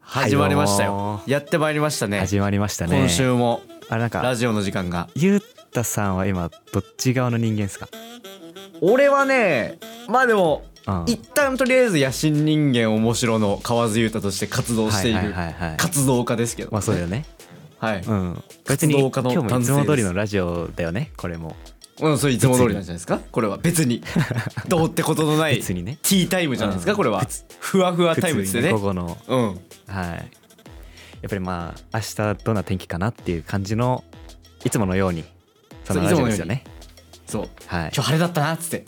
始まりましたはよいよやってまいりましたね始まりましたね今週もあれなんかラジオの時間がゆうたさんは今どっち側の人間ですか、俺はねまあでもうん一旦とりあえず野心人間面白の河津優太として活動していはいるはいはいはい活動家ですけどまあそうだよねはいうん別に活動家今の日もいつも男性通でりすのラジオだよねこれもうんそれいつも通りなんじゃないですかこれは別 にどうってことのない別にねティータイムじゃないですかこれは普通ふわふわタイムですよ普通にね午後のうんはいやっぱりまあ明日どんな天気かなっていう感じのいつものようにそのそうラジオですよねそうはい今日晴れだったなっつって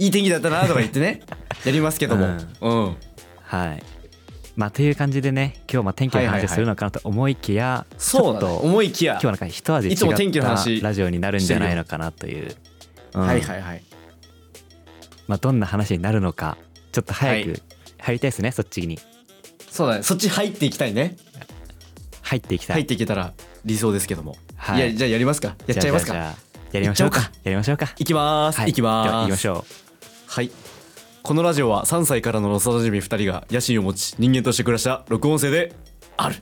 いい天気だったなとか言って ねやりますけどもうんはいまあという感じでね今日まあ天気の話をするのかなと思いきや、そうだちねょっと思いきや今日はなんか一味違いつも天気のっ話たラジオになるんじゃないのかなという、うんはいはいはいまあ、どんな話になるのかちょっと早はく入りたいですね、そっちにそうだねそっち入っていきたいね入っていきた入い、っていけたら理想ですけどもはいいやじゃあやりますかやっちゃいますじゃかあじゃあじゃあやりましょうか行っちゃやりましょうかいきますはいいきでは行まきますしょはいこのラジオは3歳からの幼馴染2人が野心を持ち人間として暮らした録音声である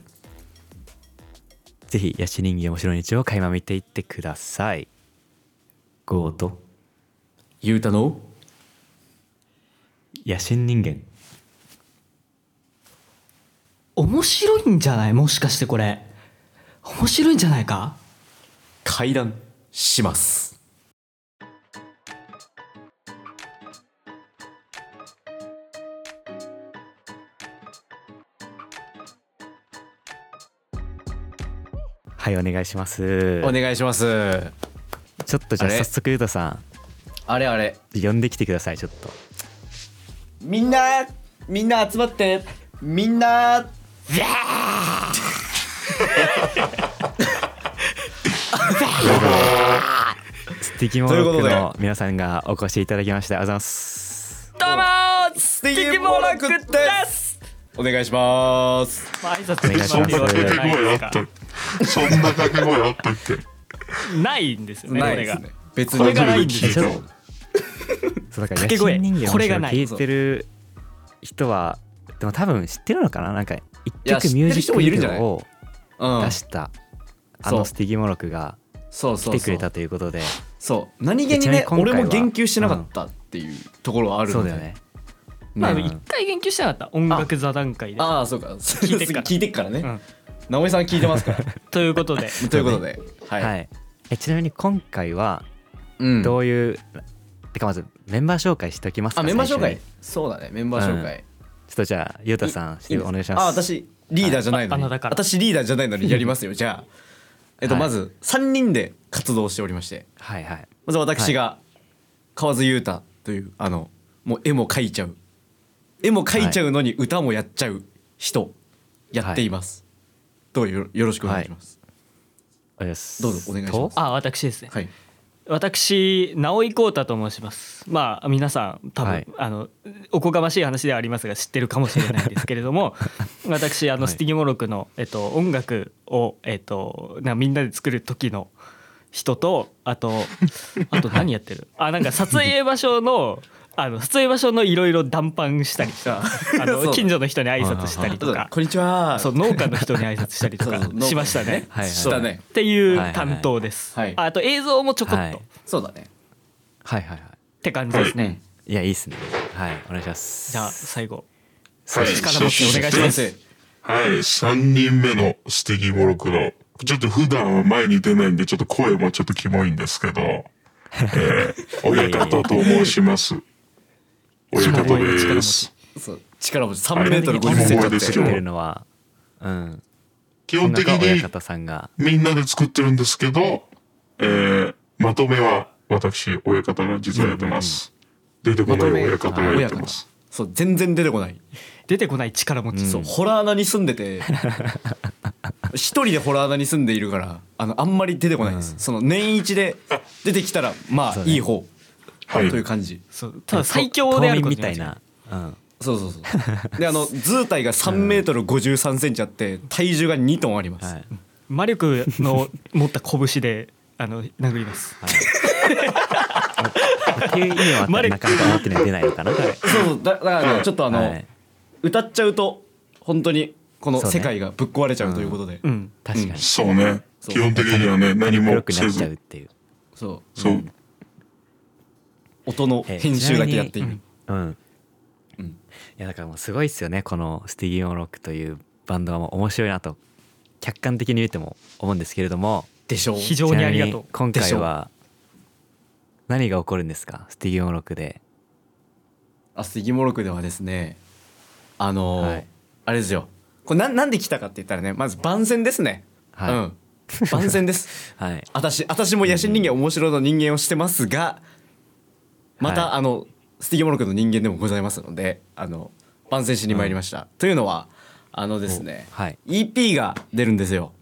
うぜひヤシ人形面白い日を垣間見ていってくださいゴーとゆうたの野心人間面白いんじゃないもしかしてこれ面白いんじゃないか会談しますはいお願いしますお願いしますちょっとじゃああれ早速ゆうたさあれあれん呼んできてくださいちょっとみんなみんな集まってみんなスティキモというこロッとクでの皆さんがお越しいただきましてありがとうございますどうもスティキモラクですお願いします挨お願い拶しそんまなす掛け声あったそんな掛け声あったっけないんですよねないこでれすがね別これがにないんですよちょっとそうだから掛け声野心人間これがない面白聞いてる人はでも多分知ってるのかななんか一や曲ミュージックビデオをうん出したあそのうスティギモロクがそうそ来うてそくうれたということでそう何気にねでちなみに今俺回はも言及してなかったっていうところはあるそのうでだよねまあうん一回言及してなかった音楽座談会でああそうか聞いてっから聞いてっからね、うん直江さん聞いてます からということでということではい、はいえちなみに今回はうん、どういうてかまずメンバー紹介しておきますかあメンバー紹最初介にそうだねメンバー紹介、ちょっとじゃあゆうたさんしてお願いしますあ私リーダーじゃないのに、はいああなたから私リーダーじゃないのにやりますよじゃあえっと、はいまず3人で活動しておりましてはいはいまず私が河津優太というあのもう絵も描いちゃう絵も描いちゃうのに歌もやっちゃう人やっています、どうぞよよろしくお願いします、お願いしますどうぞお願いしますとあ私ですね、はい私直井浩太と申しますまあ皆さん多分、はいあのおこがましい話ではありますが知ってるかもしれないですけれ ども私あの、はいスティギモロクの、えっと、音楽を、えっと、なみんなで作る時の人とあとあと何やって るあなんか撮影場所のあの撮影場所のいろいろ談判したりとかあ そうの近所の人に挨拶したりどとうぞかこんにちはそう農家の人に挨拶したりとそうかそうしましたね。はいはいしたねっていう担当です。はいはいはいあと映像もちょこっと、はいそうだねはいはいはって感じですね。いいやいいっすねはいお願いしますじゃあ最後そうです力持ちお願いします。先はい3人目のステキボロクのちょっと普段は前に出ないんでちょっと声もちょっとキモいんですけど、えー、親方と申します親方です生そう力持ちは3いメートル50センチだってキモいです出よてるのはうん基音本的楽は親に方さんがみんなで作ってるんですけど、えー、まとめは私親方が実はやってます、出てこない親方がやってますそう全然出てこない、出てこない力持ち。そうホラー穴に住んで て一人でホラー穴に住んでいるからあのあんまり出てこないです、その年一で出てきたらまあそうねいい方とはいいう感じそうただ最強であることみにたいな、うん、そうそうそうであの図体が3メートル5 3センチあって体重が2トンあります、はい魔力の持った拳で あの殴ります。っていう意味はあったらなかなか思 ってない出ないのかな。そうそうだだからね、ちょっとあの、はい歌っちゃうと本当にこのそうね世界がぶっ壊れちゃうということで、うん確かに、そうね。そう基本的にはね、何黒もくなせっちゃうっず。ていう、そうそう。音の編集だけやっている、うんうんいやだからもうすごいっすよねこのスティギオロックというバンドはもう面白いなと客観的に見ても思うんですけれどもでしょう非常にありがとうちなみに今回は何が起こるんですかスティギオロックで、あスギモロクではですねあのーはいあれですよこれななんで来たかって言ったらねまず番宣ですね、はいうん番宣です はい、私私も野心人間面白いの人間をしてますがまた、はあのスティギモロクの人間でもございますのであの番宣しに参りました、というのはあのですね、おはい EP が出るんですよ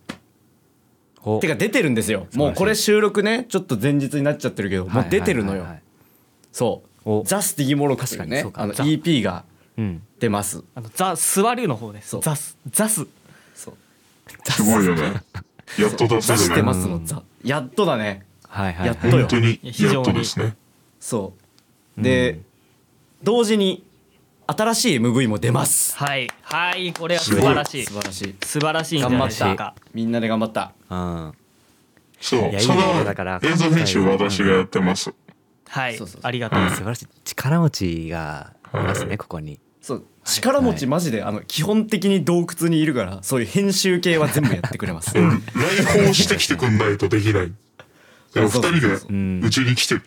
おてか出てるんですよ晴らしいもうこれ収録ねちょっと前日になっちゃってるけど、はいもう出てるのよ、はいはいはいそおう「ザ・スティギモロク」という確かにねそうかあのザ EP がうん出ますあのザ・座るの方ですそうザスザスそうすごいよね。やっと出出せしてるまね。すのザやっとだねはいはいやはっいと本当にいや非常にやっとですね。そうで、同時に新しい MV も出ますはいはいこれは素晴らしい素晴らしい素晴らしいんじゃないです頑か張みんなで頑張ったうんそいやう。そいいねのだから映像編集は今回は私がやってます。はいそうそうそうありがとう素晴らしい力持ちがいますねここにそう力持ちマジで、あの基本的に洞窟にいるからそういう編集系は全部やってくれますうん来訪してきてくんないとできない。でも二そうそう人がそううんうちに来てる。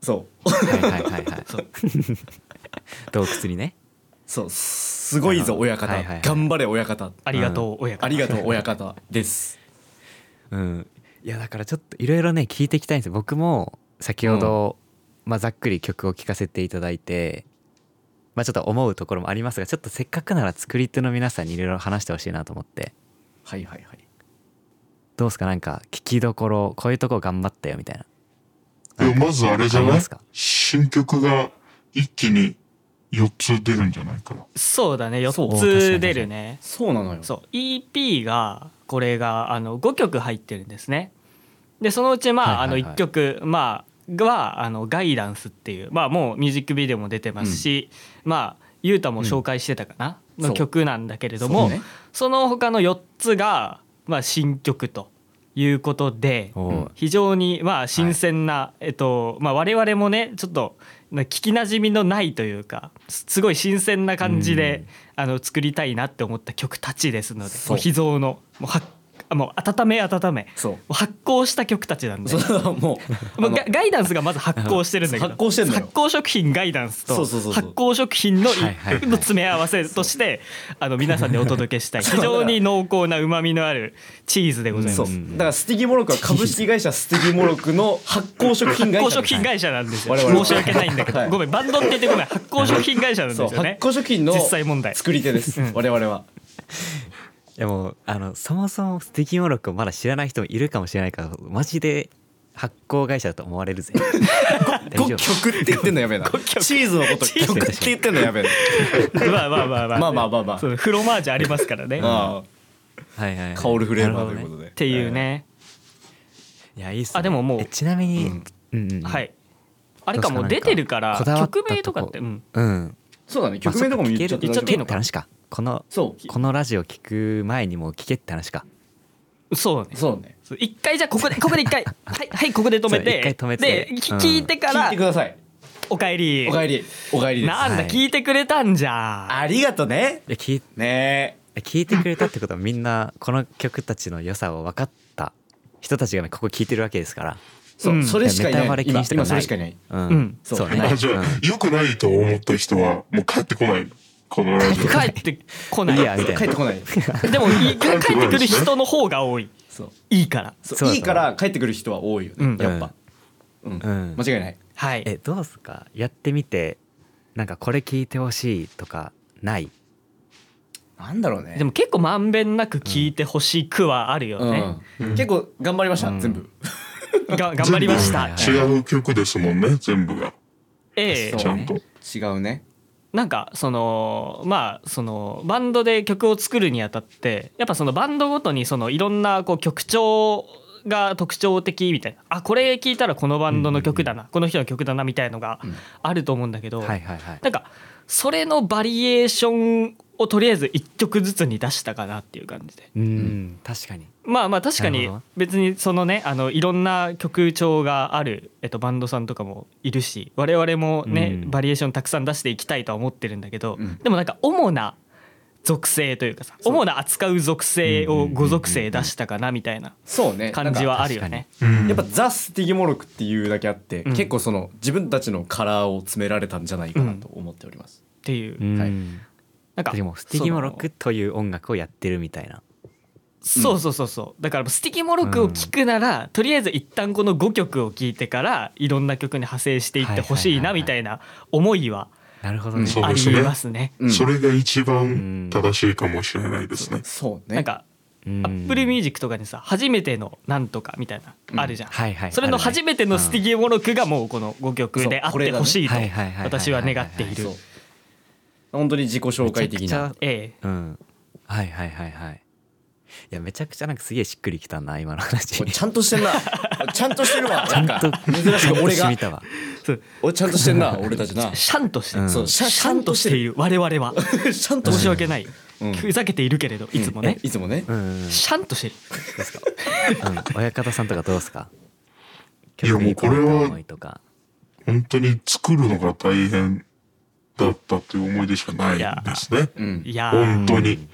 そうはいはいはい はい 洞窟にねそうすごいぞ親方、はいはいはい頑張れ親方ありがとう親方ありがとう親方ですうんいやだからちょっといろいろね聞いていきたいんですよ僕も先ほど、まあ、ざっくり曲を聴かせていただいてまあちょっと思うところもありますがちょっとせっかくなら作り手の皆さんにいろいろ話してほしいなと思ってはいはいはいどうですかなんか聞きどころこういうとこ頑張ったよみたいなでもまずあれじゃありなまいすか新曲が一気に4つ出るんじゃないかな。そうだねそう4確かに確かつに出るねそうなのよそう EP がこれがあの5曲入ってるんですねでそのうちまあはあいはのいはい1曲まあはあのガイダンスっていうまあもうミュージックビデオも出てますしまあゆうたも紹介してたかなうんのそう曲なんだけれどそもうねその他の4つがまあ新曲ということでおー非常にまあ新鮮なえっとまあ我々もねちょっとな聞きなじみのないというかすすごい新鮮な感じで、あの作りたいなって思った曲たちですのでそうもう秘蔵のもうはあもう温め温めもそうう発酵した曲たちなんでそうもうあものうガガイダンスがまず発酵してるんだけど発酵してんのよ発酵食品ガイダンスとそうそうそうそう発酵食品のいはいはいはいの詰め合わせとしてあの皆さんにお届けしたい非常に濃厚なうまみのあるチーズでございそまうす。だからスティギモロクは株式会社スティギモロクの発酵食品会社発酵食品会社なんですよ我々は申し訳ないんだけど、はいごめんバンドって言ってごめん発酵食品会社なんそうで発すよね酵食品の実際問題作り手です我々はいやもうあのそもそもスティキモロックをまだ知らない人もいるかもしれないからマジで発行会社だと思われ るぜ大5丈夫曲って言ってんのやべえなチーズのことチーズ曲って言ってんのやべえなまあまあまあまあまあまあまあまあそのフロマージュありますからねあはいはいはい、あ香るフレーバーとなるいうほこどとねでっっていうね、いやいいっす、ね、あでももうえちなみに、うんうんうんはいあれかもう出てるからどうですなん曲名とかってうこん、だわたとこうんそうだね曲名とかも言っちゃってま大あそ丈っか聞夫ける聞けるって話かこのそこのラジオ聞く前にもう聞けって話かそううねそうねそう一回じゃあここでここで一 回はいはいここで止そめうて一回止めてで、きうん聞いてか聞いらてくださいおかえりおかえりおかえりですなんだはい聞いてくれたんじゃんありがとねで聞いね聞いてくれたってことはみんなこの曲たちの良さを分かった人たちがねここ聞いてるわけですからえそううんそれしかいネタなバレい気今にしても今なそれいしかいないうん、うんそうそうねはあじゃあ、良くないと思った人はもう帰ってこない。このラジオ。帰ってこないいやみたい帰っなてこないでもい帰ってくる人の方が多いそういいからそそううだいいから帰ってくる人は多いようんねやっぱうんうん間違いないはいえどうすかやってみてなんかこれ聞いてほしいとかないなんだろうねでも結構まんべんなく聞いてほしくはあるよね、うん結構頑張りましたうん全部が頑張りました全部違う曲ですもんね、全部が。ええそうちゃんと。違うねなんかそのまあそのバンドで曲を作るにあたってやっぱそのバンドごとにそのいろんなこう曲調が特徴的みたいなあこれ聞いたらこのバンドの曲だな、この人の曲だなみたいのがあると思うんだけど、はいはいはいなんかそれのバリエーションをとりあえず1曲ずつに出したかなっていう感じでうん、確かにまあまあ確かなにるほど別にそのねあのいろんな曲調がある、えっと、バンドさんとかもいるし我々もね、うんバリエーションたくさん出していきたいとは思ってるんだけど、うんでもなんか主な属性というかさそう主な扱う属性うんうんうをんうん5属性出したかなみたいなそうね感じはあるよね。うんやっぱザ・スティギモルクっていうだけあって、うん結構その自分たちのカラーを詰められたんじゃないかなと思っております。っていう、うん、はいなんかでもスティギモロックという音楽をやってるみたいなそうそうそうそうだからスティキモロクを聴くなら、とりあえず一旦この5曲を聴いてからいろんな曲に派生していってほしいなはいはいみはたいな思いはなるほどうね、んそうあでりすねますね。うんそれが一ん番正しいかもしれないですね。そうねなんかアップルミュージックとかにさ初めてのなんとかみたいな、うんあるじゃん、はいはいそれの初めてのスティギギモロクがもうこの5曲であそっうこれてだねほしいとはいはいはいはい私は願っているそう本当に自己紹介的めちゃなくちええゃうんはいはいはいはいいやめちゃくちゃなんかすげえしっくりきたな今の話おいちゃんとしてんなちゃんとしてるわなんかちゃん珍しく俺染がみたわおちゃんとしてんな俺たちなシャンとしてる、うんそうシャシャンとしている我々はシャンと申ししてる訳ない、うんふざけているけれどいつもね、いつもねうんうんシャンとしてるうん親方さんとかどうですかいやもうこれ曲はに込めた思いとか本当に作るのが大変だったという思い出しかないですね。うんいやー本当に。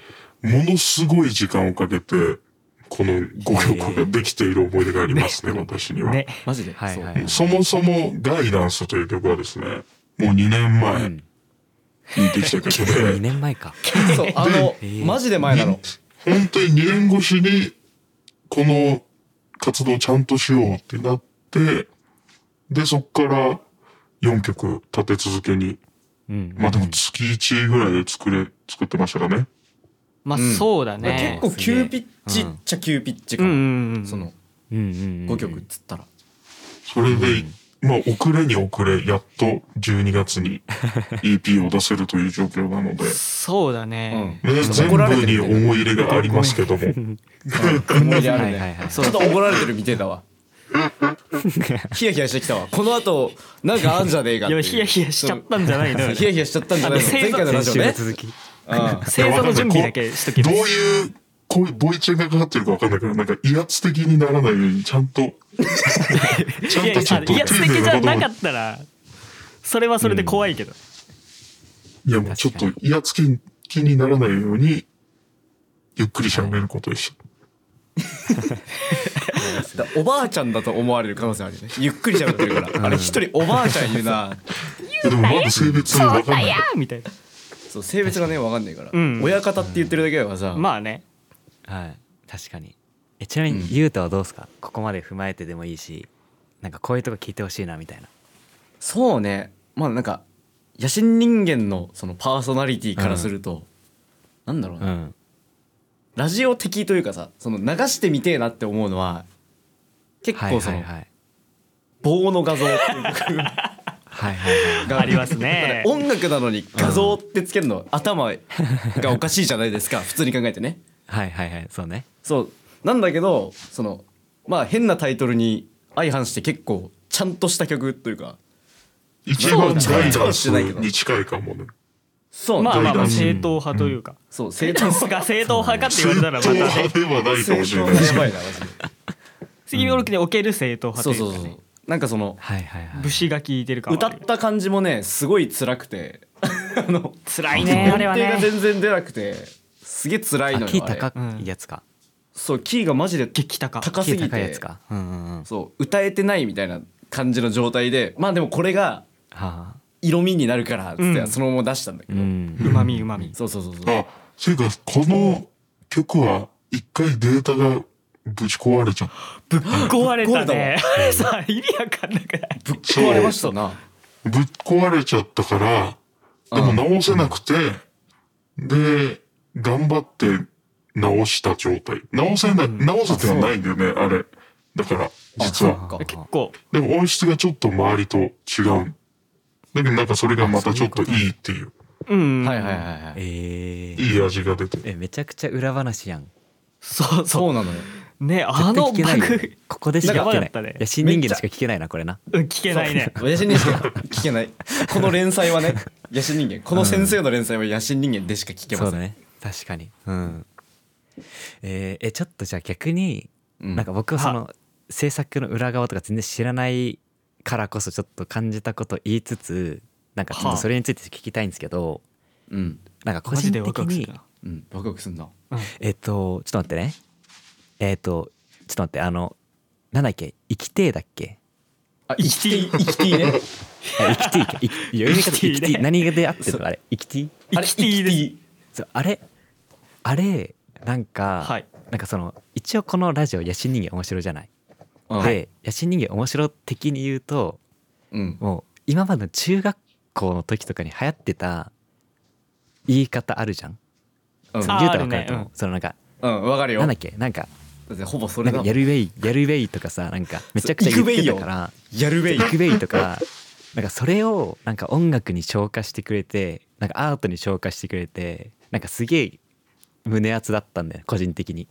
ものすごい時間をかけて、この5曲ができている思い出がありますね、私には。ねマジではいそうはいはいそもそもガイダンスという曲はですね、もう2年前にできた 曲で、 2年前か そうあのえーマジで前なの本当に2年越しにこの活動をちゃんとしようってなって、で、そっから4曲立て続けに、うんまあでも月1ぐらいで作れ、作ってましたかね。まあうんそうだまあ結ね、構急ピッチっちゃ急ピッチかうんうもんうんそのうんうん5曲っつったらそれで、まあ遅れに遅れ、やっと12月 に EP を出せるという状況なので、ね、そうだね、全怒られ部てにる思い入れがありますけども、思い出あるはいはいねはいちょっと怒られてるみてえだ わヒヤヒヤしてきたわこの後なんかあんじゃねえかってういやヒヤヒヤしちゃったんじゃないのよそうヒヤヒヤしちゃったんじゃないのあの前回のラジオね先週の続きうん正座の準備だけしとけどばういう、こういうボイチェンがかかってるかわかんないから、なんか威圧的にならないように、ちゃんと、ちゃいやいやんとちょっと丁いや素寧敵じなゃことをなかったらそれはそれで怖いけど、いや、もうちょっと威圧的にならないように、ゆっくり喋ることでしだおばあちゃんだと思われる可能性あるよねゆっくり喋ってるから、あれ一人おばあちゃんいるなた。でもまだ性別もわかんない。みたいなそう性別がねわかんないから、うん親方って言ってるだけだからさ、まあねはい確かにえちなみにゆうたはどうですか、ここまで踏まえてでもいいしなんかこういうとこ聞いてほしいなみたいなそうねまあなんか野心人間のそのパーソナリティからすると、なんだろうな、んラジオ的というかさその流してみてえなって思うのは結はい構はそいのはい棒の画像っていうかはいはいはいがありますね音楽なのに画像ってつけるの、頭がおかしいじゃないですか普通に考えてねはいはいはいそうねそうなんだけどそのまあ変なタイトルに相反して結構ちゃんとした曲というか一番ガイダンスに近いかもね。そうまあまあまあうん正統派というか、そう正統派が 正統派かって言われたらま正統たね派ではないかもしれないですやばいなマジで杉本家における正統派そとういそううそかうねなんかそのはいはいはい武士が効いてるか歌った感じもねすごい辛くて あの辛いねあれは音程がね全然出なくてすげえ辛いのあよキーあれ高うんいやつか、そうキーがマジで激高高すキぎーて高いやつかうんうんうんはそう歌えてないみたいな感じの状態でまあでもこれがあ色味になるからっつっうてんそのまま出したんだけうど、んうまみうまみそうそうそうそうあ、そういうか、この曲は一回データがぶち壊れちゃっぶっ壊れたぶっ壊ねれあ れさ意味わかんなくないぶっ壊れましたなぶっ壊れちゃったから、でも直せなくて、で、頑張って直した状態。直せな、直せてはないんだよね、あれ。だから、実あは。そう結構でも音質がちょっと周りと違う。だけどなんかそれがまたちょっといいっていう、うんはいはいはいはいえー、いい味が出てる。えめちゃくちゃ裏話やんそうそそうなのようねあの絶対聞けないよ爆ここでしかなんか聞けやないばかったねいや新人間でしか聞けないなこれなうん聞けないね 私にしか聞けないこの連載はね野心人間この先生の連載は野心人間でしか聞けません、そうだね確かにうんえーえちょっとじゃあ逆に、うんなんか僕はその制作の裏側とか全然知らないからこそちょっと感じたこと言いつつなんかちょっとそれについて聞きたいんですけど、うんなんか個マジ人でワ的クワクすにるなうんワクワクすんなえっとちょっと待ってねえっとちょっと待ってあのなんだっけ生きてえだっけあ生きていい生きていいねあ生きてえか生きいや読み方生きてえね生きてえ何が出会ってるのあれ生きてえあれ生きていいです生きてそうあれあれなんか、はいなんかその一応このラジオ「野心人間面白い」じゃない。うんで「野心人間面白」的に言うとうんもう今までの中学校の時とかに流行ってた言い方あるじゃん。うんそのあー言うたら分かると思う。あるねそのなんかうんわかるよなんだっけなんかだってほぼそなれんだかやるウェイやるウェイとかさなんかめちゃくちゃ言ってたからやるべい行くべいとかなんかそれをなんか音楽に昇華してくれてなんかアートに昇華してくれてなんかすげえ胸熱だったんだよ個人的に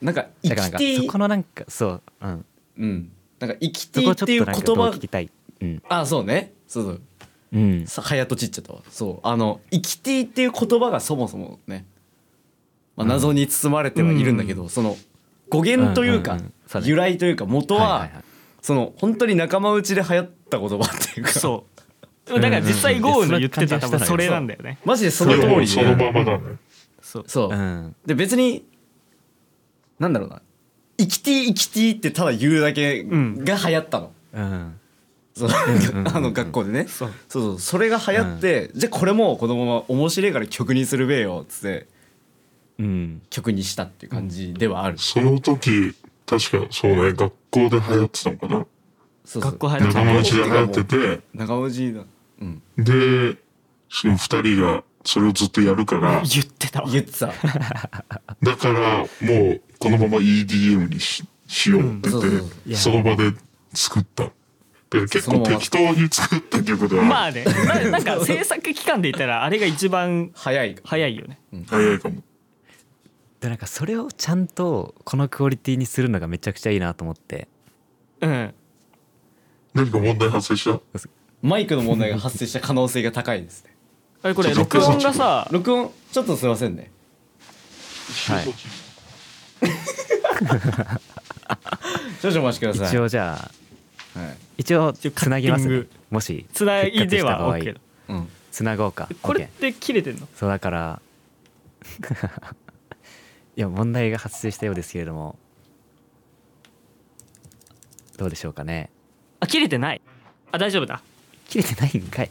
なんか生だきからなんかてそいいこのなんかそう、うん、うんなんか生きてそいいこっをちょていっうとな言んかどう葉聞きたいうんあそうねそうそううんさはやとちっちゃったわそうあの「生きてい」っていう言葉がそもそもね、まあ、謎に包まれてはいるんだけど、その語源というか、うんうんうんそうね由来というか元は,、はいはいはいその本当に仲間内で流行った言葉っていうかそうだから実際豪雨の言ってた多分それなんだよねマジでそので通もりそのでままだね。そうそう、うんで別になんだろうな「生きてい生きてい」ってただ言うだけんが流行ったの。うんそううんうんあの学校でねそそううそうそれが流行って、じゃあこれもこのまま面白いから曲にするべえよっつってうん曲にしたっていう感じではある、その時、確かそうね、学校で流行ってたのかな。そうそう学校入って仲た間内で流行ってて、長尾じいだうんで、その二人がそれをずっとやるから、言ってたわ言ってただからもうこのまま EDM にししようって言って、うんそうそうそうその場で作った。で結構適当に作った曲だまあねななんか制作期間で言ったらあれが一番早い早いよね早いかも。でなんかそれをちゃんとこのクオリティにするのがめちゃくちゃいいなと思ってうん何か問題発生したマイクの問題が発生した可能性が高いですねあれこれ録音がさ録音ちょっとすいませんねはい少々お待ちください一応じゃあはい一応つなぎますカねッティンもしつないでは復活 OK しだた場合うんつなごうかこれ OK って切れてんのそうだから いや問題が発生したようですけれどもどうでしょうかねあ切れてないあ大丈夫だ切れてないんかい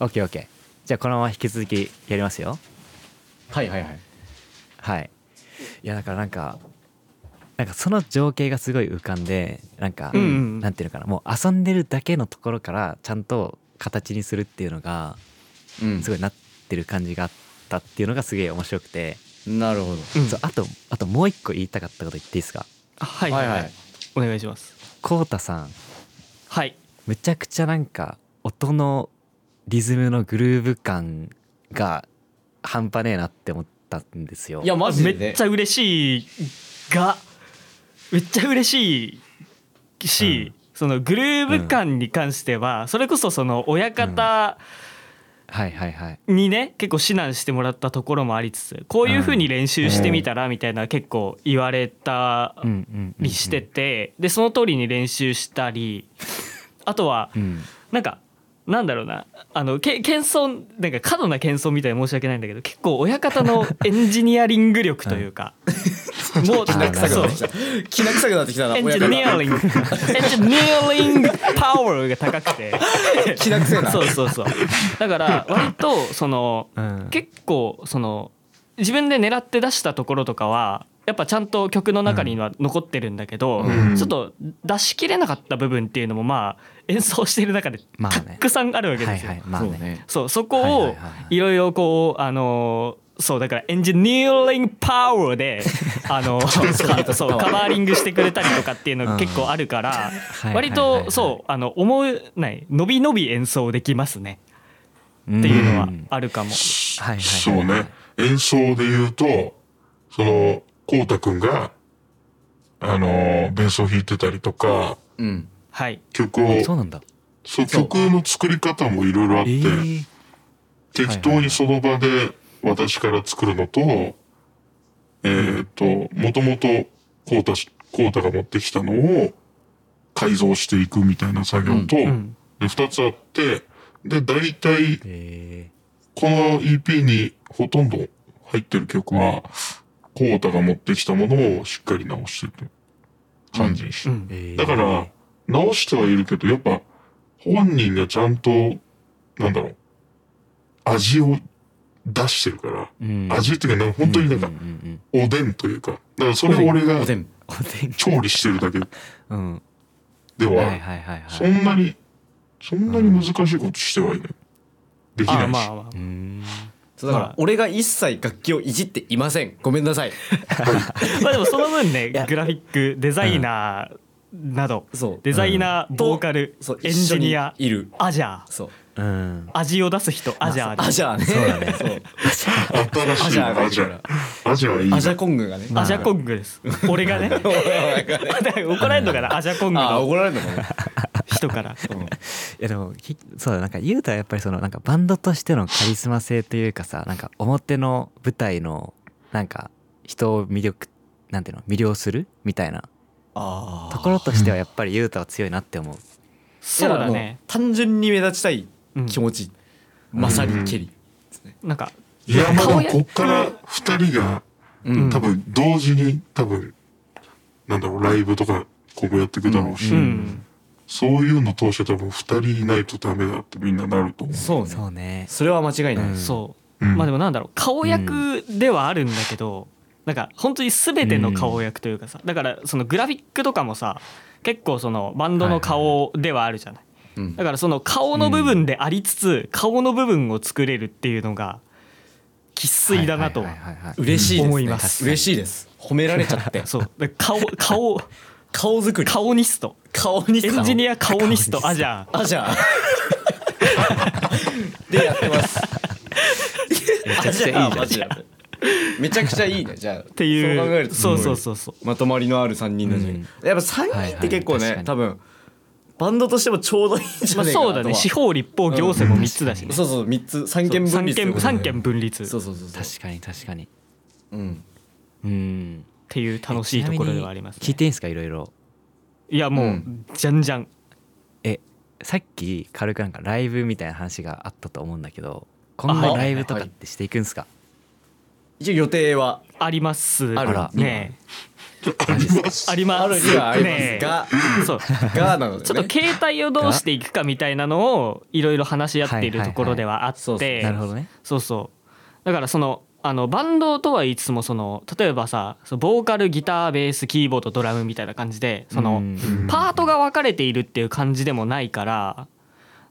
OKOK じゃあこのまま引き続きやりますよはいはいはいはいいやだからなんかなんかその情景がすごい浮かんでなんか、うんうんなんていうのかなもう遊んでるだけのところからちゃんと形にするっていうのがうんすごいなってる感じがあったっていうのがすげえ面白くて、なるほどうんそうあとあともう一個言いたかったこと言っていいですかあはいははいいははいいお願いしますコウタさんはいむちゃくちゃなんか音のリズムのグルーヴ感が半端ねえなって思ったんですよいやマジでめっねちゃ嬉しいがめっちゃ嬉しいし、そのグルーヴ感に関しては、それこそその親方はいはいはいにね結構指南してもらったところもありつつこういう風に練習してみたらみたいな結構言われたうんうんうんりしてて、でその通りに練習したりあとはうんなんかなんだろうなあのけ謙遜なんか過度な謙遜みたいで申し訳ないんだけど結構親方のエンジニアリング力というか、もうあー臭くそなうってきた きな臭くなってきたなエンジ親ニアがリングエンジニアリングパワーが高くてきな臭いなそうそうそうだから割とそのうん結構その自分で狙って出したところとかはやっぱちゃんと曲の中には残ってるんだけど、うんちょっと出しきれなかった部分っていうのもまあ演奏してる中でまあたねくさんあるわけはでいすよ。はいまあそうねねそうそこはいはいをはいはいいろいろこうあのーそうだからエンジニアリングパワ ーであのーかそうカバーリングしてくれたりとかっていうの結構あるからうん割はいはいはいはといそうあの思うない伸び伸び演奏できますねうんっていうのはんあるかも。はいはいはいそうね。演奏で言うと、その、こうたくんが、あのー、ベースを弾いてたりとか、うんはい曲をそう、なんだそう、曲の作り方もいろいろあっええて、適当にその場で私から作るのと、えーっと、もともとコウタし、コウタが持ってきたのを改造していくみたいな作業と、んで2つあって、で、大体えこの EP にほとんど入ってる曲は、コウタが持ってきたものをしっかり直してる感じにしてうるんー、えーだから、直してはいるけど、やっぱ、本人がちゃんと、なんだろう、味を出してるから、うん、味っていうか、なんか本当になんかうん、うんおでんというか、だからそれを俺おがでんおでん調理してるだけうんではいは、はいはいそはいんなに、そんなに難しいことしてはいない。できあなーいましあ。ま うーんそうだかまあら俺が一切楽器をいじっていませんごめんなさいあまあでもその分ねやグラフィックデザイナーなどそうデザイナー ボーカルそうエンジニ一ア緒にいるアジャーそううん味を出す人アジャーでアジャーねそうだね新アしいジャーがアいジるャかー。アジャーはいらいねアジャコングがねアジャコングです俺がねだから怒られるのかなアジャコン グああの怒られるのかな 人か らいやでもきそうだなんか雄太はやっぱりそのなんかバンドとしてのカリスマ性というかさなんか表の舞台のなんか人を魅力なんていうの魅了するみたいなあところとしてはやっぱり雄太は強いなって思うそうだね単純に目立ちたい気持ち、まさにけり、なんかいや、まあ、こっから二人が、うん多分同時に多分なんだろうライブとか今後やっていくだろうし、うんそういうの通して多分2人いないとダメだってみんななると思うそうねそうねそれは間違いない、うんそう、うんまあでもなんだろう顔役ではあるんだけど、なんか本当に全ての顔役というかさ、だからそのグラフィックとかもさ結構そのバンドの顔ではあるじゃなうい、んだからその顔の部分でありつつ、顔の部分を作れるっていうのが生粋だなと、はいはいはいはいはい嬉しいです、ね、思います嬉しいです褒められちゃ ってそうだから顔顔顔作り顔ニスト顔にエンジニア顔ニスト顔あじゃあアジャ ーでやってますめちゃくちゃいいじゃんアジャーマジでめちゃくちゃいいねじゃあっっていうそう考えるとすごいそうそうそうそうまとまりのある3人だし、うんやっぱ3人って結構ね、はいはい確か多分バンドとしてもちょうどいいんじまゃあないかなとそうは、だね四方立法行政も3つだしね、そうそう3つ3件分三離権三権分立そうそうそうそう確かに確かにうんうんっていう楽しいところではあります、ちなみに聞いていいんですかいろいろいやもう、うんじゃんじゃんえさっき軽くなんかライブみたいな話があったと思うんだけど今あはい後ライブとかってしていくんですか一応予定はありますあるあらねありますありますあるにはありますねが、えそうち がなので、ね、ょっと携帯をどうしていくかみたいなのをいろいろ話し合っているところではあっはいはいはていなるほどねそうそうだからそのあのバンドとは言いつつもその例えばさそのボーカルギターベースキーボードドラムみたいな感じでその、うんパートが分かれているっていう感じでもないから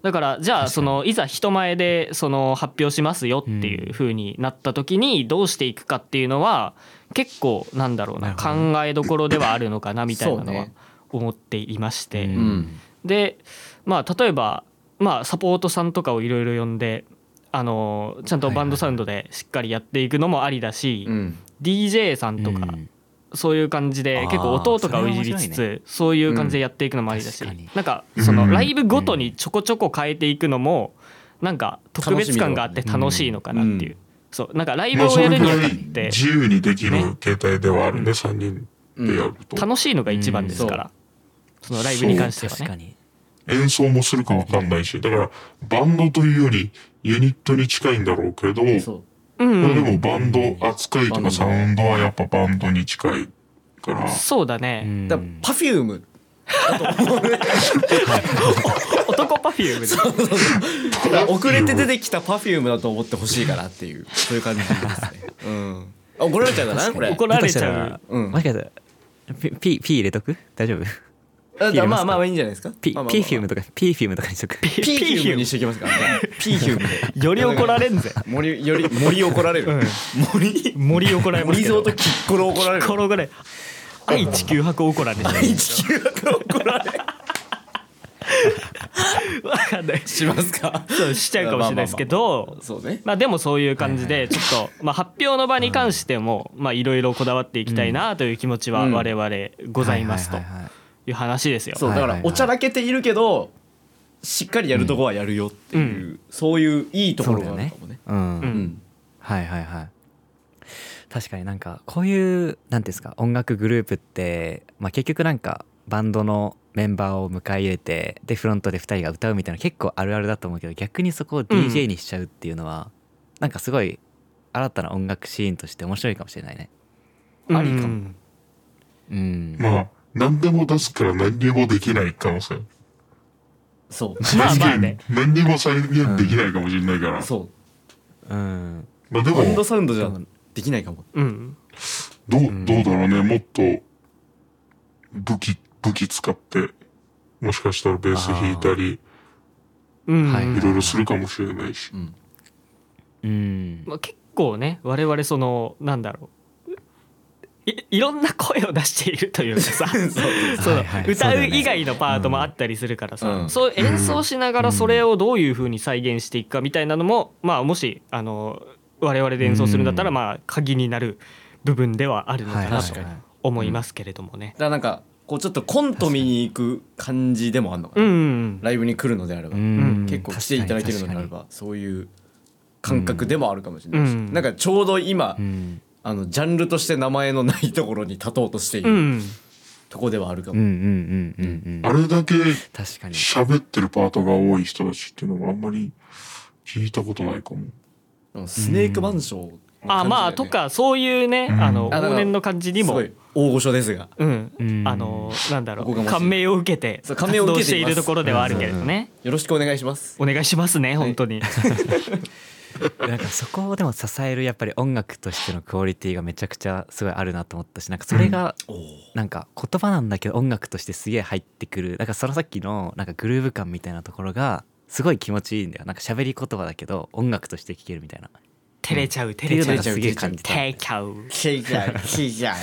だからじゃあそのいざ人前でその発表しますよっていう風になった時にどうしていくかっていうのは結構なんだろうななるほ考えどころではあるのかなみたいなそうのはね思っていまして、うんうんでまあ例えばまあサポートさんとかをいろいろ呼んであのちゃんとバンドサウンドでしっかりやっていくのもありだし、うん、 DJ さんとか、うんそういう感じであー結構音とかをいじりつそれはつそういう感じでやっていくのもありだし、うん確かになんかそのうんライブごとにちょこちょこ変えていくのもなんか特別感があって楽しいのかなっていう、うんそうなんかライブまあをそやれるぐにらあたっいて自由にできる携帯ではあるね、三3人でやると、楽しいのが一番ですから、そのライブに関しては確かね。に演奏もするかわかんないしだからバンドというよりユニットに近いんだろうけどそううんまあでうんもバンド扱いとバンドかサウンドはやっぱバンドに近いからそうだね、だからパフューム男パフュームで遅れて出てきたパフュームだと思ってほしいかなっていうそういう感じですね、うん、あ怒られちゃうかなこれ怒られちゃうううんんもしかしたらピピピ入れとく大丈夫あだピーまあまあいいんじゃないですかピピまあまあまあーフィウムとかピーフィウムとかにしとくピーフィウムにしておきますからねピーフィウムでより怒られんぜ森より森怒られる、森森怒られます森け蔵どとキッコロ怒られる心がね愛地球博怒られてる地球が怒られるわかんないしますかそうしちゃうかもしれないですけどそうねまあでもそういう感じでちょっとまあ発表の場に関してもまあいろいろこだわっていきたいなという気持ちはうん我々ございますとはいはいはいはいいう話ですよ。そうだかはいはいらはおいちゃらけているけどしっかりやるとこはやるよっていう、そういういいところがあるかもねうん、ううんんはいはいはい確かになんかこういうなんていうんですか音楽グループって、まあ、結局なんかバンドのメンバーを迎え入れてでフロントで2人が歌うみたいな結構あるあるだと思うけど逆にそこを DJ にしちゃうっていうのは、なんかすごい新たな音楽シーンとして面白いかもしれないねありかもうんうん、まあ、何でも出すから何にもできない可能性。そまあまあね何にも再現できないかもしれないから。うそううん、まあでバンドも、サウンドじゃできないかもうんどう、どうだろうね。もっと、武器、武器使って、もしかしたらベース弾いたり、うんはいいろいろするかもしれないし。うんうん、まあ、結構ね我々そのなんだろういいろんな声を出しているというかさそのはいはい歌そううだよね以外のパートもあったりするからさ、うんそう演奏しながらそれをどういう風に再現していくかみたいなのも、まあもしあの我々で演奏するんだったら、うんまあ鍵になる部分ではあるのかな確とかに思いますけれどもねだ。からなんかこうちょっとコント見に行く感じでもあるのかうんな、うんうんライブに来るのであれば、うん結構来ていただけるのであればそういう感覚でもあるかもしれないし、うんなんかちょうど今、うんあのジャンルとして名前のないところに立とうとしている、うんとこではあるかうんうも、んうんうんうあんれだけ確かに喋ってるパートが多い人たちっていうのもあんまり聞いたことないかも。でもスネークマンション、あまあとかそういうね、うんあのあだから往年の感じにすもごい大御所ですがうんうんあのなんだろおこがうましい感銘を受けてそう活感銘を受動けしてていいまするところではあるけれどねよろしくお願いしますお願いしますね本当に、 なんかそこをでも支えるやっぱり音楽としてのクオリティがめちゃくちゃすごいあるなと思ったしなんかそれがおなんか言葉なんだけど音楽としてすげえ入ってくるなんかそのさっきのなんかグルーヴ感みたいなところがすごい気持ちいいんだよなんか喋り言葉だけど音楽として聴けるみたいな照れちゃう照っていれうちゃのうがすげえ感じたテイキャウ聞いちゃう聞いち ゃう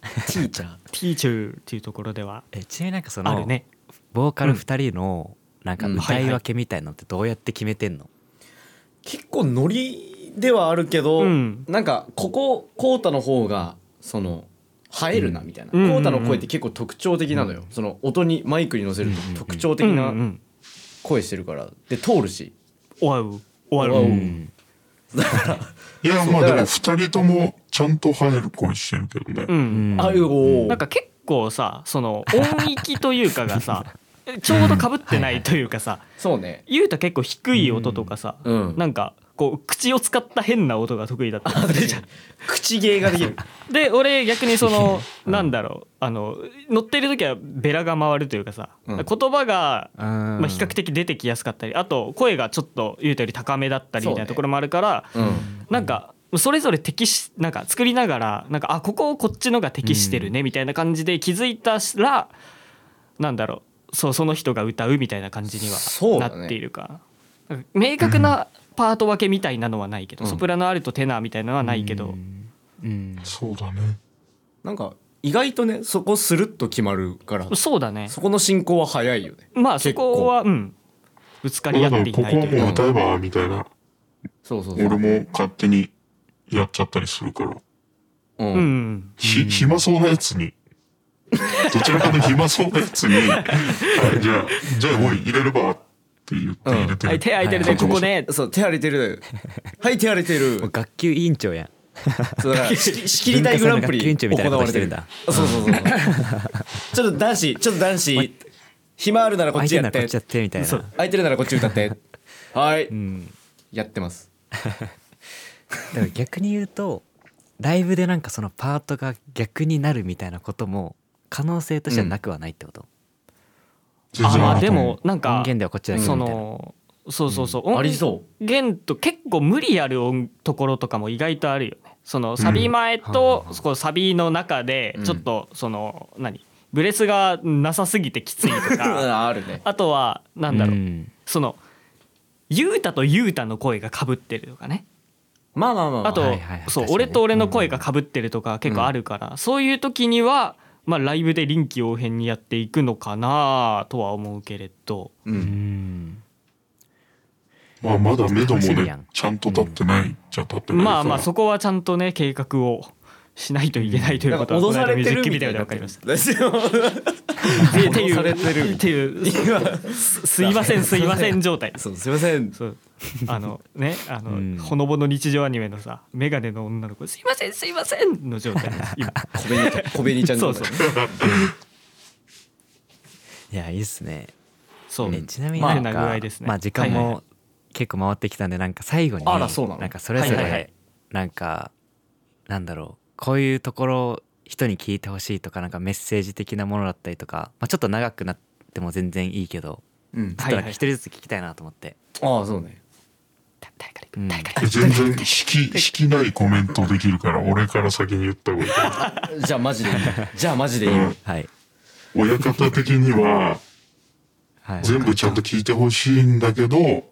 聞いちゃティーチューっていうところではえちなみになんかそあの、るねボーカル2人のなんかうん歌い分けみたいのってどうやって決めてんの、結構ノリではあるけど、うんなんかここコウタの方がその映えるなみたいな、うんコウタの声って結構特徴的なのよ、その音にマイクに乗せると特徴的うなんうん声してるから、で通るしおわうおわうおわううんいや、まだかあでもら二人ともちゃんと入る声してるけどね。うんうんあうおーなんか結構さその音域というかがさちょうどかぶってないというかさそうねゆうた結構低い音とかさ、うんなんかこう口を使った変な音が得意だったりするじゃん 口芸ができるで俺逆にその、なんだろうあの乗ってる時はベラが回るというかさ、うん言葉が、ままあ、比較的出てきやすかったりあと声がちょっと言うたより高めだったりみたそいうなねところもあるから、うんなんかそれぞれ適しなんか作りながらなんかあここをこっちのが適してるねみたいな感じで気づいたら、なんだろうそうその人が歌うみたいな感じにそうだはねなっているか,、明確なパート分けみたいなのはないけど、うんソプラノアルトテナーみたいなのはないけうど、んうんそうだね。なんか意外とねそこスルッと決まるからそうだねそこの進行は早いよねまあそ結構こはうんぶつかりだ合っからていここなはいというもうか歌えば、みたいな。そうそうそう俺も勝手にやっちゃったりするから。ううんうんん、ひ、暇そうなやつに。どちらかの暇そうなや つに、はい、じゃあ、じゃあ、おい、入れればって言って入れてはる。い手空いてるね、はいここねそう手荒れてるはい手荒れてるも う学級委員長やんそう だから仕仕切りたいグランプリ文化祭の学級委員長みたい行なこわれとしててるるんだそうそうそうそうちょっと男子ちょっと男子暇あるならこっ相ち手やなっらこってちやってみたいなそう空いてるならこっち歌ってはい、うんやってますだから逆に言うとライブでなんかそのパートが逆になるみたいなことも可能性としてはなくはないってこと、全あ然まあるでと思うもなん音か源ではこっちだけどそみたいなのそうそうそう、ありそう弦と結構無理ある音ところとかも意外とあるよねそのサビ前と、うんこうサビの中でうんちょっとその、何ブレスがなさすぎてきついと かああるねあとはなんだろう、んそのゆうたとゆうたの声がかぶってるとかねまあまあまあ、まあと、はいはいはい確かそうにね俺と俺の声が被ってるとか結構あるから、そういう時には、まあ、ライブで臨機応変にやっていくのかなとは思うけれどう、うんんまあ、まだ目処も楽しみやねん、ちゃんと立ってない。じゃあ立ってないから。まあまあそこはちゃんとね計画をしないといけないということは、脅されてこの間ミュージッるクみビたいデオにでな分ってかりるました。てるってい脅されてうるっていうすすいませんすいません状態そうすいませんそうあのねあの、うんほのぼの日常アニメのさ眼鏡の女の子「すいませんすいません」の状態です今小紅ちゃん小紅ちゃんそのうこそとうだよねいやいいっすねそう、ね、ちなみにまあなんか、な具合ですねまあ時間はいはいはも結構回ってきたんでなんか最後にあらそうなのんかそれぞはいはいはいれなんかなんだろうこういうところ人に聞いてほしいとかなんかメッセージ的なものだったりとか、まあ、ちょっと長くなっても全然いいけどうんちょっとなんか一人ずつ聞きたいなと思って、ああそうねだ誰からうん誰から全然引き、引きないコメントできるから、俺から先に言った方がいいと思う。じゃあマジでいいじゃあマジでいいうんはい親方的にははい、全部ちゃんと聞いてほしいんだけど、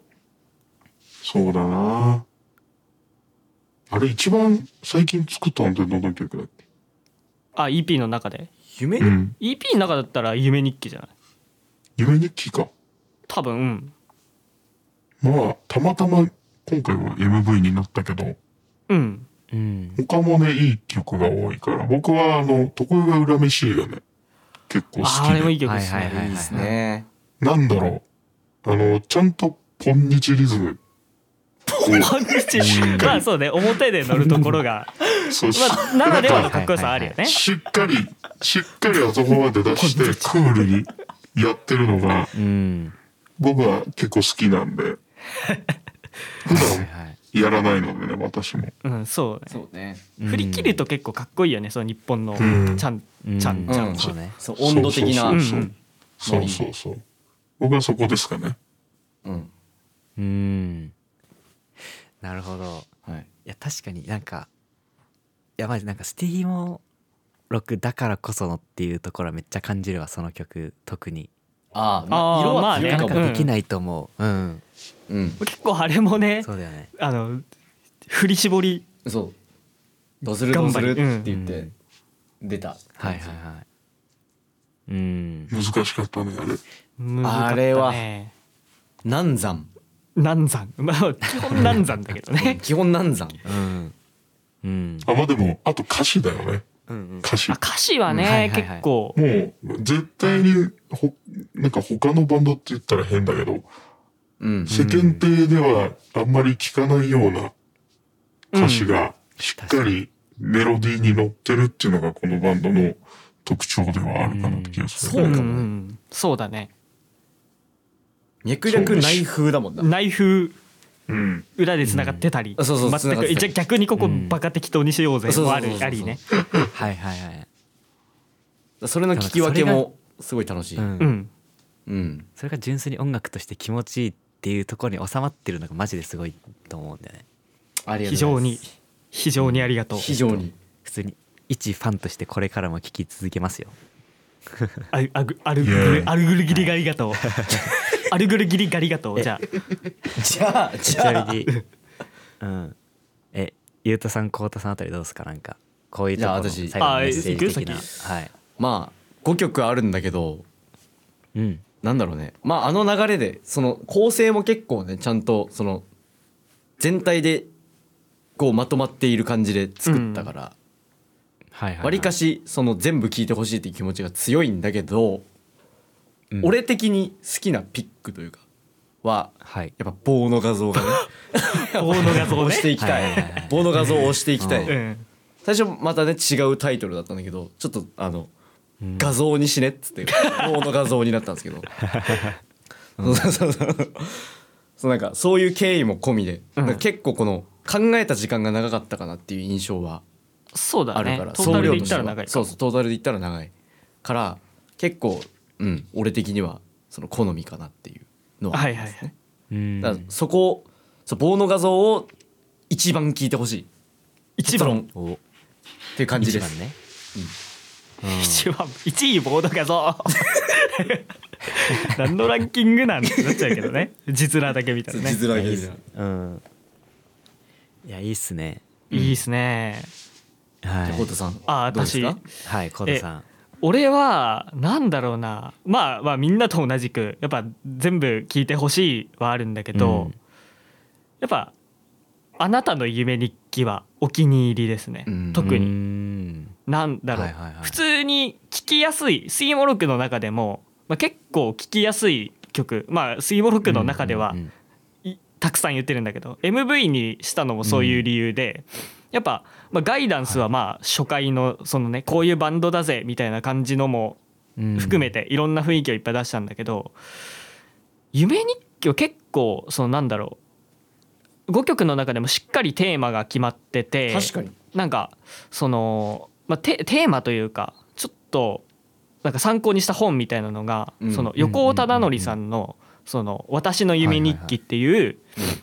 そうだなあれ一番最近作ったのってどの曲だっけあ EP の中で夢うにん。 EP の中だったら「夢日記」じゃない夢日記か。多分、うんまあ、たまたま今回は MV になったけど、うんうん他もね、いい曲が多いから、僕はあの、床屋が恨めしいよね。結構ああ好れきもいで。い曲ですね、はいはいはいいですねなんだろう。あの、ちゃんとポンニチリズム。こんにちはまあそうね表で乗るところが、そうしまあ、ならではのかっこよさあるよね、しっかり、しっかりあそこまで出して、クールにやってるのが、うん僕は結構好きなん で。はいは普段いやらないのでね、私も。うんそうねそうね振り切ると結構かっこいいよねその日本のうんちゃんうんちゃんちゃうんんそうねそう温度的なそううんそうそうそうそうそうそう。僕はそこですかね。うんうんなるほどはいいや確かになんかいやまじなんかスティーモロックだからこそのっていうところはめっちゃ感じるわその曲特にあああー色まはあ強ねいなかんもかできないと思ううん、うん結構あれもねそうだよねあの振り絞りそうどうするど頑うす張りるって言っうてん出たはいはいはいうん難しかったね、あれ。難かったねあれは南山難産 まあ基本難産だけどね基本南山うんうんあ、まあでも、あと歌詞だよね。うん歌詞あ。歌詞はうんはいねはいはい結構もう、絶対に、ほ、なんか他のバンドって言ったら変だけど、うん世間体ではあんまり聞かないような歌詞がしっかりメロディーに乗ってるっていうのがこのバンドの特徴ではあるかなって気がする、うんうんそうかもねんそうだね脈略内風だもんな内風うん。裏で繋がってたりうんそうそう繋全がってくたじゃあ逆にここうんバカ適当にしようぜそうそうもそうあるありねはいはいはいそれの聞き分けもすごい楽しい、ううんん、うんうん、それが純粋に音楽として気持ちいいっていうところに収まってるのがマジですごいと思うんだよねありが非とうござ常いまにす非常にありがとう非常に普通に一ファンとしてこれからも聴き続けますよああぐあるぐる Yeah あるぐるぎりがありがとう あるぐるぎりがありがとうじゃあじゃあじちなゃあみに、うん。え、ゆうたさん、こうたさんあたりどうですかなんか、こういうところじのゃあ私最後のメッセージあい的くな。はい。まあ5曲あるんだけどうん。なんだろうねまああの流れでその構成も結構ねちゃんとその全体でこうまとまっている感じで作ったから、はいはい、はい。わりかしその全部聴いてほしいっていう気持ちが強いんだけど、うん、俺的に好きなピックというかははい。やっぱ棒の画像 がね棒の画像押してねいきたはいはいはいい棒の画像を押していきたういうん最初またね違うタイトルだったんだけどちょっとあのうん画像にしねっつって棒の画像になったんですけ ど そうそうそうそうなんかそういう経緯も込みでなんか結構この考えた時間が長かったかなっていう印象はそうだあるねからトータルでと言っしてたらは長いかそうそうトータルで言ったら長いから結構うん俺的にはその好みかなっていうのはあはりいまはいすねはいうん。だからそこをそう棒の画像を一番聞いてほしい一結番論お、っていう感じ一です番ね。一番一位ボード 画像何のランキングなんてなっちゃうけどね実らだけ見たらね面いいっすうん。いや、いいっすね。いいですねはい。コウタさんあどうです私かはい、こうたさん。俺はなんだろうなまあまあみんなと同じくやっぱ全部聞いてほしいはあるんだけど、うんやっぱ「あなたの夢日記」はお気に入りですね、うん特にに。なんだろう、はいはいはい普通に聞きやすいスイモロクの中でも、まあ、結構聞きやすい曲まあスイモロクの中ではうんうんいたくさん言ってるんだけど MV にしたのもそういう理由で、やっぱ、まあ、ガイダンスはまあ初回のそのねこういうバンドだぜみたいな感じのもうんうん含めていろんな雰囲気をいっぱい出したんだけど夢日記は結構そのなんだろう5曲の中でもしっかりテーマが決まってて確かになんかその、まあ、テテーマというかちょっとなんか参考にした本みたいなのが、うんその横尾忠則さんの「その私の夢日記」っていう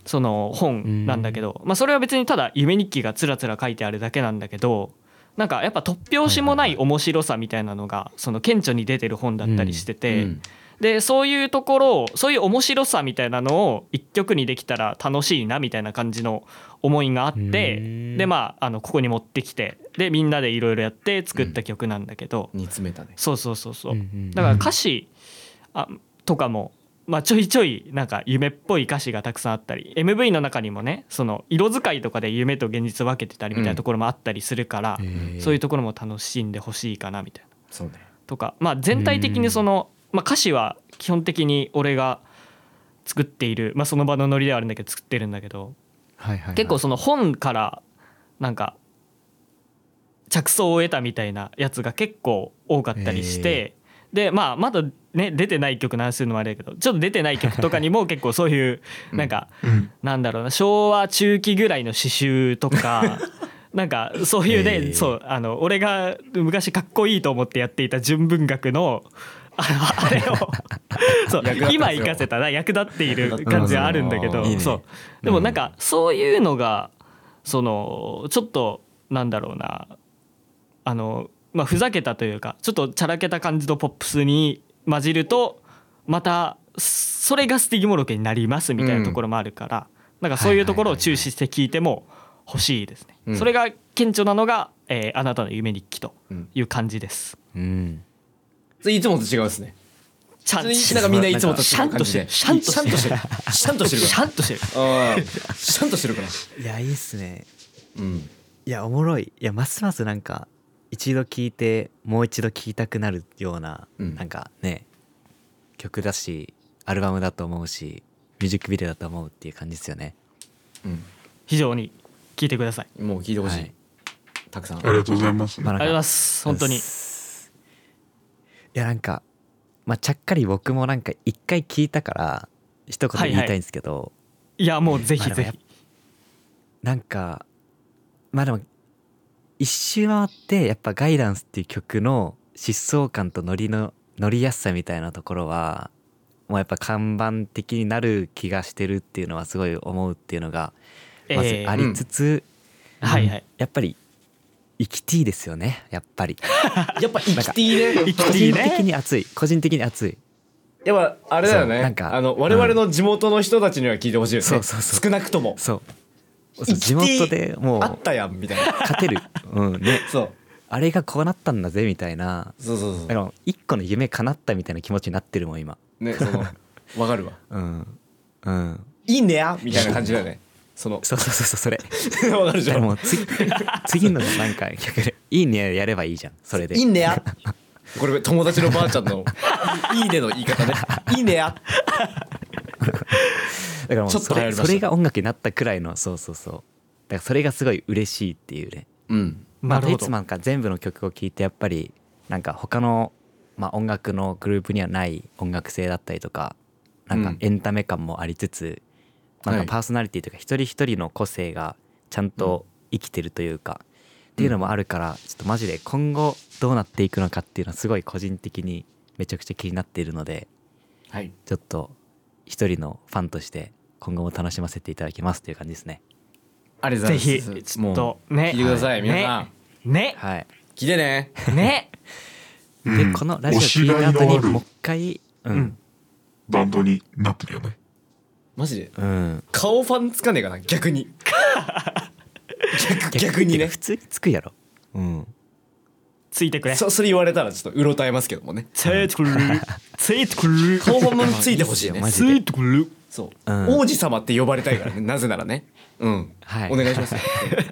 その本なんだけど、まあ、それは別にただ夢日記がつらつら書いてあるだけなんだけどなんかやっぱ突拍子もない面白さみたいなのがその顕著に出てる本だったりしてて、うんでそういうところをそういう面白さみたいなのを一曲にできたら楽しいなみたいな感じの思いがあっうてんでまああのここに持ってきてでみんなでいろいろやって作った曲なんだけど、煮詰めたねそうそうそうそううんうんだから歌詞あとかも、まあ、ちょいちょいなんか夢っぽい歌詞がたくさんあったり MV の中にもねその色使いとかで夢と現実分けてたりみたいなところもあったりするから、へーそういうところも楽しんでほしいかなみたいな。そうねとか、まあ、全体的にその、まあ、歌詞は基本的に俺が作っている、まあ、その場のノリではあるんだけど作ってるんだけどはいはいはい結構その本からなんか着想を得たみたいなやつが結構多かったりして、でまあまだね出てない曲の話するのもあれだけどちょっと出てない曲とかにも結構そういうなんか、うんなんだろうな昭和中期ぐらいの刺繍とかなんかそういうね、えーそうあの俺が昔かっこいいと思ってやっていた純文学のあのあれをそ役立ったんうですよ今生かせたら役立っている感じはあるんだけうどんいいねそうでもなんかそういうのがそのちょっとなんだろうなあの、まあ、ふざけたというかちょっとちゃらけた感じのポップスに混じるとまたそれがスティギモロケになりますみたいなところもあるから、なんかそういうところを注視して聞いても欲しいですね、うんそれが顕著なのが、えーあなたの夢日記という感じです、うんそれいつもと違うですねちゃん普通になんかみんなシャンいつもと違シャうン感としじてるでシャンとしてるシャンとしてるシシャャンとしてるンとしてるあーシャンとしてるからいやいいっすねうんいやおもろいいやますますなんか一度聞いてもう一度聞きたくなるような、うんなんかね曲だしアルバムだと思うしミュージックビデオだと思うっていう感じですよね非常に聞いてくださいうんもう聞いてほしはいいたくさんありがとうございます。まああなりんかがとうございます本当にいやなんか、まあ、ちゃっかり僕もなんか一回聞いたから一言はいはい言いたいんですけど、いやもうぜひまあでぜもやっひなんかまあでも一周回ってやっぱ「ガイダンス」っていう曲の疾走感とノリのノリやすさみたいなところはもうやっぱ看板的になる気がしてるっていうのはすごい思うっていうのがまずえーありつつ、はいはいやっぱり生きていいですよねやっぱりやっぱ生きていいね 生き個ていい人ね的に熱い個人的に熱いやっぱあれだよそうなねんかあの我々の地元の人たちには聞いてほしいよねそうそうそう少なくともそう生きて地元でもうあったやんみたいな勝てる、うん ね、そうあれがこうなったんだぜみたい なそうそうそあの一個の夢叶ったみたいな気持ちになってるもん今うねそのわかるわうんうんいいねやみたいな感じだよねそのそうそうそうそうそれわかるじだゃからんもう 次次のなんか逆に「いいね」やればいいじゃんそれでいいねやこれ友達のばあちゃんの「いいね」の言い方ね「いいねやだからもうちょっとそ流行れりましそたれが音楽になったくらいのそうそうそうだからそれがすごい嬉しいっていうね」うんまあ、なるいほつどもなんか全部の曲を聴いてやっぱりなんか他の、まあ、音楽のグループにはない音楽性だったりとかなんうんかエンタメ感もありつつ、はいなんかパーソナリティというか一人一人の個性がちゃんと生きてるというか、っていうのもあるからちょっとマジで今後どうなっていくのかっていうのはすごい個人的にめちゃくちゃ気になっているのではいちょっと一人のファンとして今後も楽しませていただきますという感じですね。ありがとうごぜざいひますちょっともうね聞いてくださいね皆さんねはい、聞いてねねうでんこのラジオ聞いた後にお芝居のもあうる一回、ううんんバンドになってるよね。マジでうん、顔ファンつかねえかな逆に逆逆にてかね普通につくやろうんついてくれそそれ言われたらちょっとうろたえますけどもねついてくるついてくる顔ファンもつい てほしいねマジついてくるそう、うん王子様って呼ばれたいからねなぜならねうん、はいお願いしますはい、やっ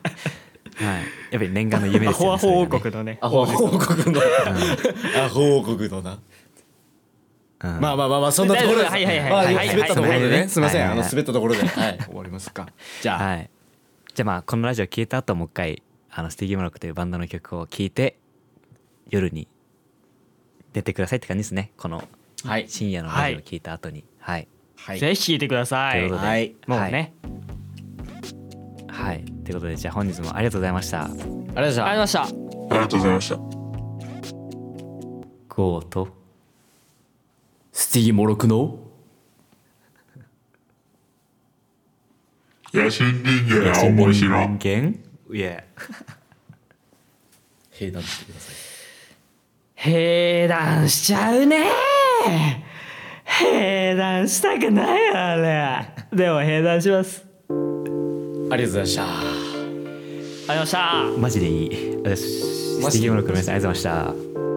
ぱり念願の夢アですよホね アホ王それ国のアホ王ね国のアホ王国のながねうんまあまあまあまあそんなところではいはいはいまあはいはい滑ったところではいはねいすみませんはあいの滑ったところではい終わりますかじゃあはい、じゃあまあこのラジオ聞いた後もう一回あのスティギモロクというバンドの曲を聴いて夜に出てくださいって感じですねこのはい深夜のラジオを聞いた後にはいはいぜひ聴いてくださといいうことではいもうはいねはいということでじゃあ本日もありがとうございましたありがとうございましあたりましたありがとうございました。ゴーとスティーモロクの野心人間は面白い。人間いや平談してください閉壇しちゃうね閉壇したくないよあれでも閉壇しますありがとうございましたありがとうございましたマジでいいよしステマジでィギモロクの皆さんありがとうございました